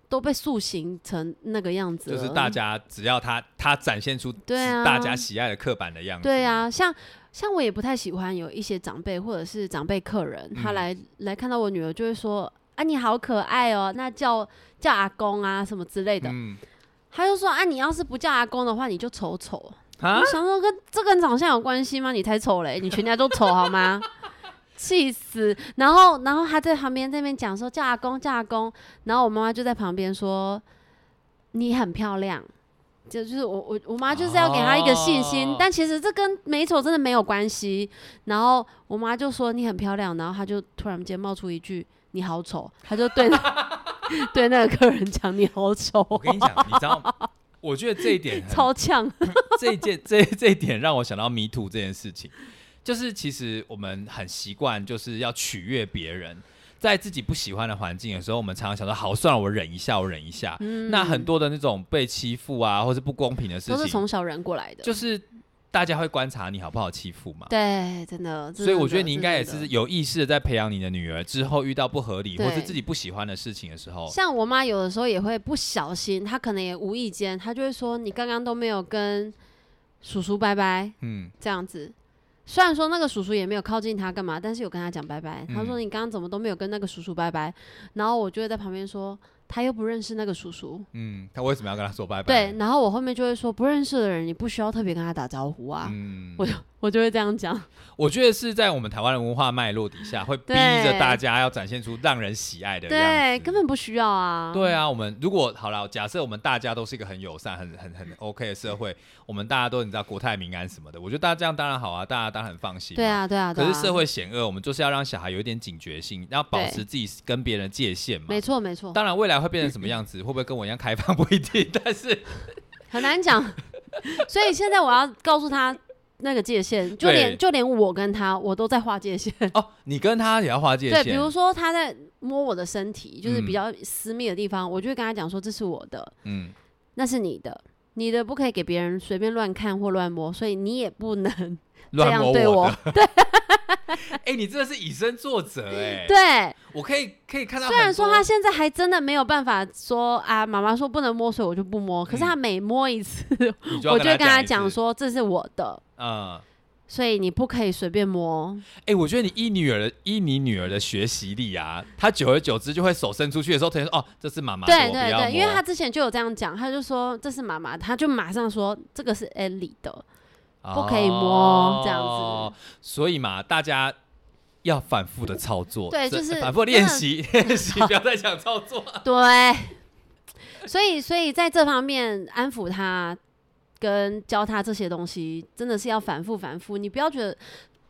S1: 都被塑形成那个样子
S2: 就
S1: 了。
S2: 是大家只要他他展现出
S1: 对啊
S2: 大家喜爱的刻板的样子，
S1: 对啊，像像我也不太喜欢有一些长辈或者是长辈客人，他
S2: 嗯
S1: 来、来看到我女儿就会说：“啊，你好可爱哦、那叫叫阿公啊什么之类的。
S2: 嗯
S1: 他就说：“啊，你要是不叫阿公的话，你就丑丑。”
S2: 啊
S1: 我，想说跟这跟长相有关系吗？你才丑嘞，你全家都丑好吗？ 气死！然后，然后他在旁边那边讲说叫阿公叫阿公，然后我妈妈就在旁边说你很漂亮，就就是我我我妈就是要给他一个信心，
S2: 哦
S1: 但其实这跟美丑真的没有关系。然后我妈就说你很漂亮，然后他就突然间冒出一句你好丑，他就对 那对那个客人讲你好丑，
S2: 我跟你讲，你知道，我觉得这一点很
S1: 超 呛，
S2: 这一件这这一点让我想到迷途这件事情，就是其实我们很习惯就是要取悦别人，在自己不喜欢的环境的时候，我们常常想说，好，算了，我忍一下，我忍一下。
S1: 嗯
S2: 那很多的那种被欺负啊，或是不公平的事
S1: 都是
S2: 情，
S1: 从小人过来的，
S2: 就是大家会观察你好不好欺负嘛。
S1: 对，真的。这
S2: 所以我
S1: 真
S2: 觉得
S1: 的
S2: 你应
S1: 这
S2: 该也
S1: 真的
S2: 是有意识的在培养你的女儿，之后遇到不合理或是
S1: 对
S2: 自己不喜欢的事情的时候，
S1: 像我妈有的时候也会不小心，她可能也无意间，她就会说：“你刚刚都没有跟叔叔拜拜。
S2: 嗯”
S1: 这样子。虽然说那个叔叔也没有靠近她干嘛，但是有跟她讲拜拜。她说：“
S2: 嗯
S1: 你刚刚怎么都没有跟那个叔叔拜拜？”然后我就会在旁边说：“她又不认识那个叔叔。
S2: 嗯，他为什么要跟他说拜”拜？
S1: 对，，然后我后面就会说：“不认识的人，你不需要特别跟他打招呼啊。
S2: 嗯。
S1: 我就会这样讲。
S2: 我觉得是在我们台湾的文化脉络底下，会逼着大家要展现出让人喜爱的样
S1: 对，
S2: 子。
S1: 根本不需要啊。
S2: 对啊，我们如果好了，假设我们大家都是一个很友善、很很很 OK 的社会，我们大家都你知道国泰民安什么的，我觉得大家这样当然好啊，大家当然很放心。
S1: 对。啊，对啊，对
S2: 可
S1: 啊。
S2: 是社会险恶，我们就是要让小孩有一点警觉性，要保持自己跟别人的界限嘛
S1: 没。错，没错，
S2: 当然，未来会变成什么样子，会不会跟我一样开放不一定， 但是
S1: 很难讲。 所以现在我要告诉他那个界限，就
S2: 对
S1: 连就连我跟他，我都在划界限。
S2: 哦，你跟他也要划界
S1: 对，
S2: 限。
S1: 比如说他在摸我的身体，就是
S2: 嗯
S1: 比较私密的地方，我就会跟他讲说这是我的，
S2: 嗯，
S1: 那是你的。你的不可以给别人随便乱看或乱摸，所以你也不能这
S2: 乱
S1: 样
S2: 摸
S1: 对
S2: 我
S1: 我
S2: 的。。哎、你真的是以身作则 哎、
S1: 对，
S2: 我可以可以看到很多，
S1: 虽然说他现在还真的没有办法说啊，妈妈说不能摸，所以我就不摸。可是他每摸一次，
S2: 你嗯就要
S1: 我就会跟
S2: 他
S1: 他讲，说这是我的，
S2: 嗯，
S1: 所以你不可以随便摸。
S2: 哎、我觉得你依女儿的依你女儿的学习力啊，她久而久之就会手伸出去的时候，突然说哦，这是妈妈的，
S1: 对
S2: 我
S1: 对
S2: 不要
S1: 对，因为
S2: 摸
S1: 他之前就有这样讲，他就说这是妈妈的，他就马上说这个是 Ellie 的， 不可以摸这样子
S2: 哦所以嘛，大家。要反复的操作，
S1: 对
S2: 这
S1: 就是
S2: 反复地练习练习，不要再讲操作。
S1: 对，所以所以在这方面安抚他跟教他这些东西，真的是要反复反复，你不要觉得。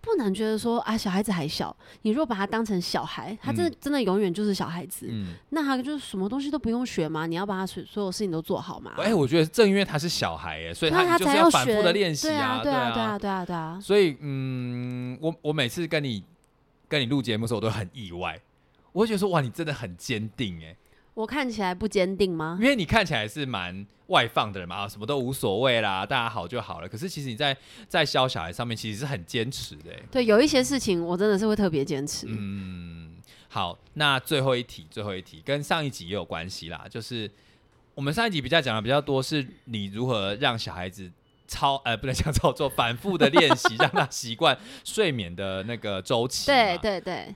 S1: 不能觉得说啊，小孩子还小，你如果把他当成小孩，他真的、真的永远就是小孩子，
S2: 嗯，
S1: 那他就是什么东西都不用学吗？你要把他所所有事情都做好吗？
S2: 哎、我觉得正因为他是小孩，哎，所以
S1: 那他
S2: 他就是
S1: 才要
S2: 反复
S1: 学
S2: 的练习
S1: 对啊，
S2: 对
S1: 对啊，对啊，对啊，对啊，
S2: 所以，嗯，我我每次跟你跟你录节目的时候，我都很意外，我会觉得说，哇，你真的很坚定哎，
S1: 我看起来不坚定吗？
S2: 因为你看起来是蛮外放的人嘛，啊，什么都无所谓啦，大家好就好了。可是其实你在在教小孩上面，其实是很坚持的哎。
S1: 对，有一些事情我真的是会特别坚持。
S2: 嗯，好，那最后一题，最后一题跟上一集也有关系啦，就是我们上一集比较讲的比较多，是你如何让小孩子。操，呃，不能讲操作，反复的练习，让他习惯睡眠的那个周期嘛。
S1: 对对对，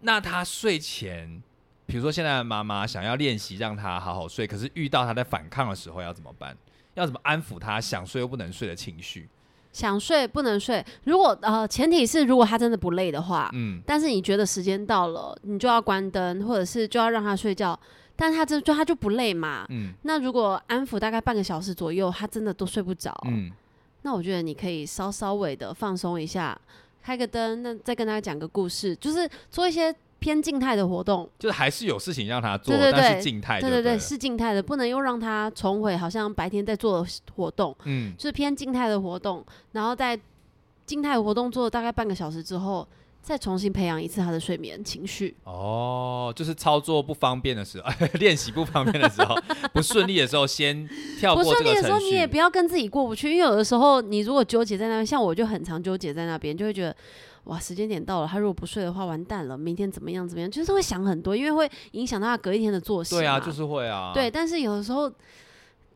S2: 那他睡前比如说现在的妈妈想要练习让他好好睡，可是遇到他在反抗的时候要怎么办？要怎么安抚他想睡又不能睡的情绪？
S1: 想睡不能睡，如果呃，前提是如果他真的不累的话，
S2: 嗯，
S1: 但是你觉得时间到了，你就要关灯，或者是就要让他睡觉，但他真就他就不累嘛。
S2: 嗯
S1: 那如果安抚大概半个小时左右，他真的都睡不着，
S2: 嗯，
S1: 那我觉得你可以稍稍微的放松一下，开个灯，那再跟他讲个故事，就是做一些偏静态的活动。
S2: 就是还是有事情让他做，
S1: 对对对
S2: 但是静态就
S1: 对
S2: 对
S1: 对
S2: 了
S1: 对，是静态的，不能又让他重回好像白天在做的活动，
S2: 嗯，
S1: 就是偏静态的活动，然后在静态活动做大概半个小时之后，再重新培养一次他的睡眠情绪。
S2: 哦，就是操作不方便的时候， 练习不方便 的时候，不顺利的时候，先跳
S1: 不
S2: 过这
S1: 顺利
S2: 个
S1: 的时候，
S2: 程
S1: 你也
S2: 序
S1: 不。要跟自己过不去，因为有的时候你如果纠结在那边，像我就很常纠结在那边，就会觉得哇，时间点到了，他如果不睡的话，完蛋了，明天怎么样怎么样，就是会想很多，因为会影响到他隔一天的作息嘛。
S2: 对啊，就是会啊。
S1: 对，，但是有的时候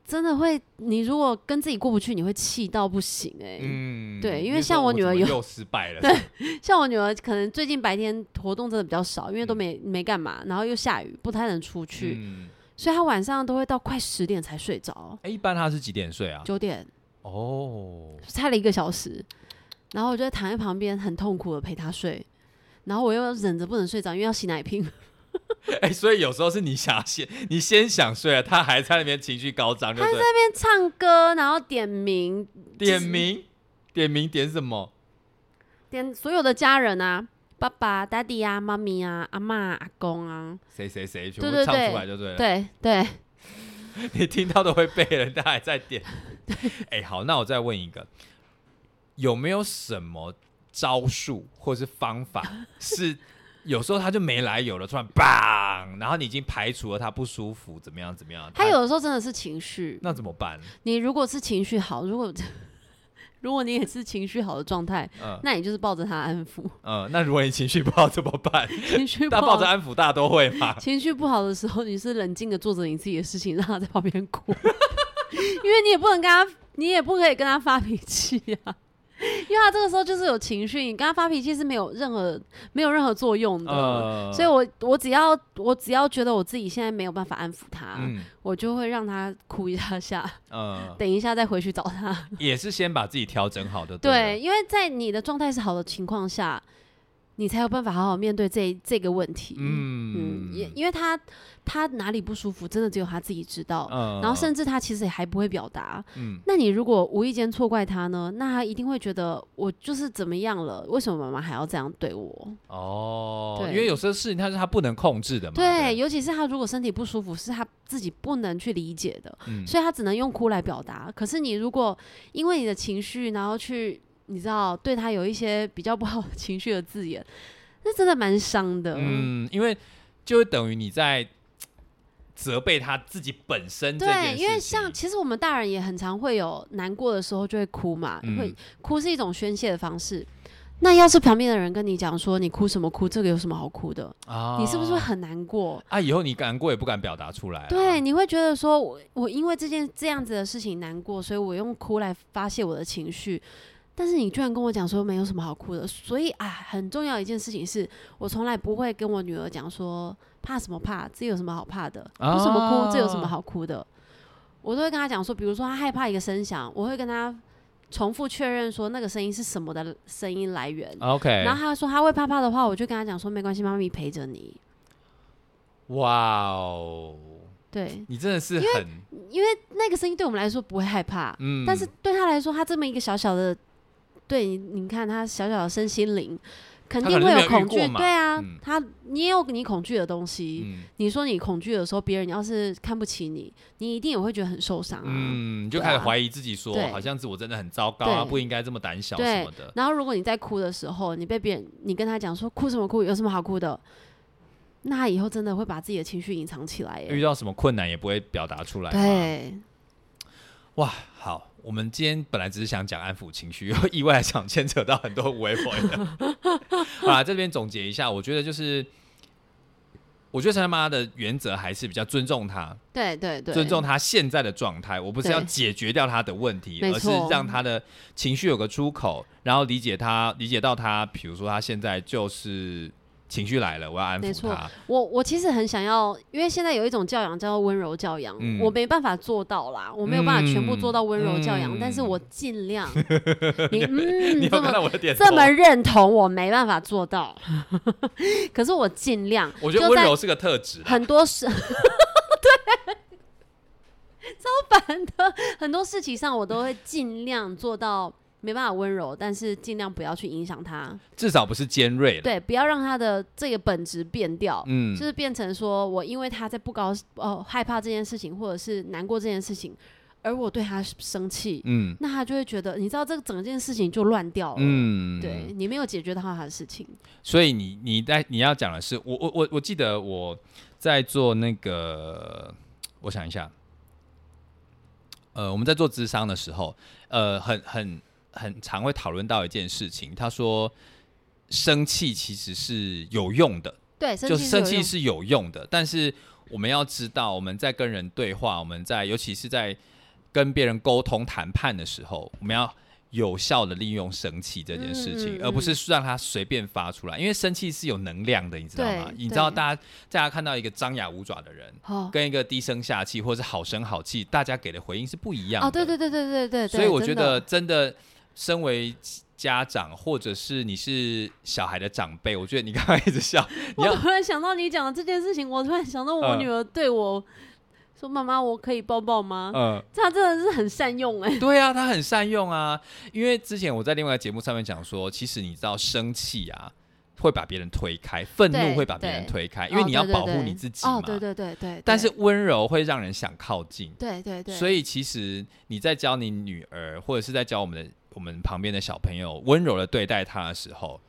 S1: 真的会，你如果跟自己过不去，你会气到不行哎、
S2: 嗯
S1: 对因
S2: 你
S1: 为
S2: 就
S1: 像
S2: 说
S1: 我
S2: 我
S1: 女
S2: 怎
S1: 儿
S2: 么
S1: 有
S2: 又失败了。
S1: 像我女儿，可能最近白天活动真的比较少，因为都没、没干嘛，然后又下雨，不太能出去，
S2: 嗯，
S1: 所以她晚上都会到快十点才睡着，
S2: 哎，一般他是几点睡啊？
S1: 九点
S2: 哦，
S1: 差了一个小时，然后我就躺在旁边很痛苦的陪她睡，然后我又忍着不能睡着，因为要洗奶瓶。
S2: 哎，所以有时候是你想先，你先想睡了，他还在那边情绪高涨，就
S1: 那
S2: 是
S1: 边唱歌，然后点名
S2: 点名，点名点什么？
S1: 点所有的家人啊，爸爸、daddy 啊、妈咪啊、阿嬷、阿公啊，
S2: 谁谁谁全
S1: 对
S2: 部
S1: 对
S2: 唱
S1: 对
S2: 出来就对了。
S1: 对对，
S2: 你听到都会背了，他还在点。 哎、好，那我再问一个，有没有什么招数或是方法是有时候他就没来由了，突然 bang，然后你已经排除了他不舒服，怎么样怎么样？
S1: 他有的时候真的是情绪，
S2: 那怎么办？
S1: 你如果是情绪好，如果 如果你也是情绪好的状态，
S2: 嗯
S1: 那你就是抱着他安 抚。
S2: 嗯，那如果你情绪不好怎么办？
S1: 情绪不
S2: 大家抱
S1: 好
S2: 着，安抚大家都会 嘛？
S1: 情绪不好的时候，你是冷静的做着你自己的事情，让他在旁边哭，因为你也不能跟他，你也不可以跟他发脾气啊。因为他这个时候就是有情绪，你跟他发脾气是没有任何没有任何作用的，
S2: 呃
S1: 所以我我只要我只要觉得我自己现在没有办法安抚他，
S2: 嗯
S1: 我就会让他哭一下下，
S2: 呃，
S1: 等一下再回去找他。
S2: 也是先把自己调整好的。
S1: 对，，因为在你的状态是好的情况下，你才有办法好好面对这这个问题。嗯，
S2: 嗯
S1: 也因为他他哪里不舒服，真的只有他自己知道。
S2: 嗯
S1: 然后甚至他其实也还不会表达。
S2: 嗯
S1: 那你如果无意间错怪他呢？那他一定会觉得我就是怎么样了？为什么妈妈还要这样对我？
S2: 哦，
S1: 对
S2: 因为有时候事情他是他不能控制的嘛。
S1: 对，，尤其是他如果身体不舒服，是他自己不能去理解的，
S2: 嗯
S1: 所以他只能用哭来表达。可是你如果因为你的情绪，然后去你知道对他有一些比较不好的情绪的字眼，那真的蛮伤的。
S2: 嗯，因为就等于你在责备他自己本身这件
S1: 对，
S2: 事
S1: 因为
S2: 情
S1: 像其实我们大人也很常会有难过的时候就会哭嘛，
S2: 嗯
S1: 会哭是一种宣泄的方式。那要是旁边的人跟你讲说你哭什么哭，这个有什么好哭的？
S2: 啊，
S1: 你是不是会很难过？
S2: 啊？以后你难过也不敢表达出来、啊，
S1: 对，，你会觉得说我我因为这件这样子的事情难过，所以我用哭来发泄我的情绪。但是你居然跟我讲说没有什么好哭的，所以啊，很重要一件事情是我从来不会跟我女儿讲说怕什么怕，这有什么好怕的？哭什么哭，这有
S2: 哦
S1: 什么好哭的？我都会跟她讲说，比如说她害怕一个声响，我会跟她重复确认说那个声音是什么的声音来源。
S2: 啊 OK，
S1: 然后她说她会怕怕的话，我就跟她讲说没关系，妈咪陪着你。
S2: 哇哦，
S1: 对，
S2: 你真的是很
S1: 因为那个声音对我们来说不会害怕，
S2: 嗯，
S1: 但是对他来说，他这么一个小小的，对你，你看他小小的身心灵，肯定
S2: 可能
S1: 会
S2: 没
S1: 有
S2: 有遇
S1: 恐
S2: 过
S1: 惧。
S2: 嘛
S1: 对啊，
S2: 嗯
S1: 他你也有你恐惧的东西。
S2: 嗯
S1: 你说你恐惧的时候，别人要是看不起你，你一定也会觉得很受伤啊。
S2: 嗯，就
S1: 对
S2: 开始
S1: 啊
S2: 怀疑自己说，
S1: 对
S2: 好像是我真的很糟糕啊，
S1: 对
S2: 不应该这么胆小
S1: 对
S2: 什么的，
S1: 然后如果你在哭的时候，你被别人你跟他讲说哭什么哭，有什么好哭的，那他以后真的会把自己的情绪隐藏起来耶。
S2: 遇到什么困难也不会表达出来，。
S1: 对，
S2: 哇，好，我们今天本来只是想讲安抚情绪，又意外地想牵扯到很多无为 point 的。好啦，这边总结一下，我觉得就是，我觉得陈他妈的原则还是比较尊重他，
S1: 对对对，
S2: 尊重他现在的状态。我不是
S1: 对
S2: 要解决掉他的问题，
S1: 没
S2: 而是
S1: 错
S2: 让他的情绪有个出口，然后理解他，理解到他，比如说他现在就是。情绪来了，我要安
S1: 没
S2: 抚
S1: 错
S2: 他。
S1: 我我其实很想要，因为现在有一种教养叫做温柔教养，
S2: 嗯
S1: 我没办法做到啦，我没有办法全部做到温柔教养，
S2: 嗯
S1: 但是我尽 量。你
S2: 你
S1: 嗯，
S2: 有
S1: 这
S2: 看
S1: 么
S2: 到我的点头？
S1: 这么认同，我没办法做到， 可是我尽量。
S2: 我觉得
S1: 就在
S2: 温柔是个特 质啦。啊
S1: 很多事，对，超烦的。很多事情上我都会尽量做到没办法温柔，但是尽量不要去影响他，
S2: 至少不是尖锐了。
S1: 对，不要让他的这个本质变掉。
S2: 嗯
S1: 就是变成说我因为他在不高哦害怕这件事情，或者是难过这件事情，而我对他生气，
S2: 嗯
S1: 那他就会觉得，你知道这个整件事情就乱掉了。
S2: 嗯，
S1: 对。你没有解决到他的事情，
S2: 所以你你在你要讲的是，我我我我记得我在做那个，我想一下，呃，我们在做智商的时候，呃，很很很常会讨论到一件事情，他说。生气其实是有用的，
S1: 对，生
S2: 就
S1: 气
S2: 生
S1: 是有
S2: 气
S1: 用
S2: 是有用的，但是我们要知道，我们在跟人对话，我们在尤其是在跟别人沟通谈判的时候，我们要有效的利用生气这件事情，
S1: 嗯嗯
S2: 而不是让它随便发出来，因为生气是有能量的，你知道吗
S1: 对？
S2: 你知道
S1: 对
S2: 大家大家看到一个张牙舞爪的人，
S1: 哦
S2: 跟一个低声下气或者是好声好气，大家给的回应是不一样的。
S1: 哦，对对对对对对，
S2: 所以我
S1: 真
S2: 觉
S1: 的
S2: 得真的，身为家长或者是你是小孩的长辈，我觉得你刚刚一直笑，你要
S1: 我突然想到你讲的这件事情，我突然想到我
S2: 嗯
S1: 女儿对我说：“妈妈，我可以抱抱吗？”
S2: 嗯。
S1: 她真的是很善用哎、
S2: 对啊，他很善用啊。因为之前我在另外一个节目上面讲说，其实你知道生气啊，会把别人推开，愤怒
S1: 对
S2: 会把别人
S1: 对
S2: 推开，
S1: 哦
S2: 因为你要
S1: 对对
S2: 保护
S1: 对
S2: 你自己嘛。
S1: 哦，对对对对，对
S2: 但是温柔会让人想靠近，
S1: 对对对，
S2: 所
S1: 以
S2: 以其实你在教你女儿，或者是在教我们的我们旁边的小朋友温柔的对待她的时候，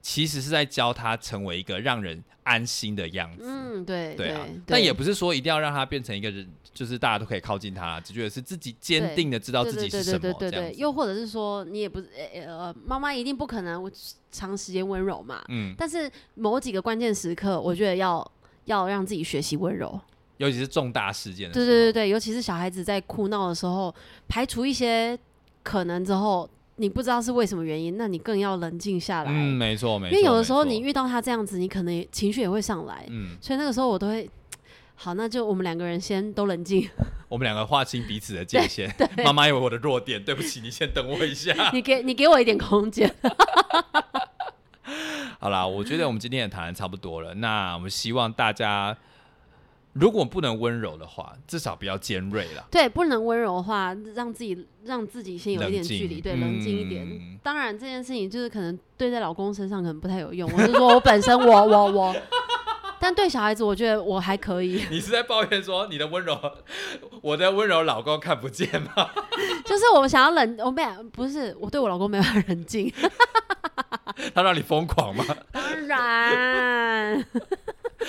S2: 其实是在教她成为一个让人安心的样子。
S1: 嗯，对
S2: 对啊，
S1: 对，
S2: 但也不是说一定要让她变成一个人，就是大家都可以靠近她，只觉得是自己坚
S1: 对
S2: 定的知道
S1: 对
S2: 自己是
S1: 对
S2: 什
S1: 对
S2: 么
S1: 对
S2: 这
S1: 对
S2: 样
S1: 对，
S2: 子。
S1: 又或者是说你也不是呃呃，妈妈一定不可能长时间温柔嘛，
S2: 嗯，
S1: 但是某几个关键时刻，我觉得要要让自己学习温柔。
S2: 尤其是哦重大事件的时
S1: 对
S2: 候，
S1: 对对对，尤其是小孩子在哭闹的时候，排除一些可能之后，你不知道是为什么原因，那你更要冷静下来，
S2: 嗯，没错没
S1: 因
S2: 错，
S1: 为有的时候
S2: 没
S1: 你
S2: 错
S1: 遇到他这样子，你可能也情绪也会上来，
S2: 嗯，
S1: 所以那个时候我都会。好，那就我们两个人先都冷 静。
S2: 我们两个划清彼此的界限。妈妈有我的弱点，对不起，你先等我一下。
S1: 你给你给我一点空间。
S2: 好啦，我觉得我们今天也谈的差不多了。那我们希望大家，如果不能温柔的话，至少不要尖锐啦。
S1: 对，不能温柔的话，让自己让自己先有一点距离，
S2: 冷静
S1: 对，冷静一点。
S2: 嗯
S1: 当然，这件事情就是可能对在老公身上可能不太有用。我就说我本身我 我我，但对小孩子，我觉得我还可以。
S2: 你是在抱怨说你的温柔，我的温柔老公看不见吗？
S1: 就是我想要冷，我没有不是我对我老公没办法冷静。
S2: 他让你疯狂吗？
S1: 当然，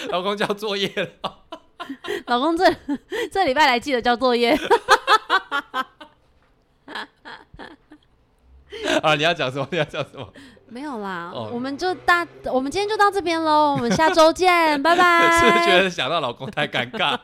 S2: 老公交作业了。
S1: 老公这这礼拜来记得交作业。
S2: 啊，你要讲什么？你要讲什么？
S1: 没有啦，
S2: 哦
S1: 我们就大，我们今 天就到这边喽，我们下周见，拜拜。
S2: 是不是觉得想到老公太尴尬？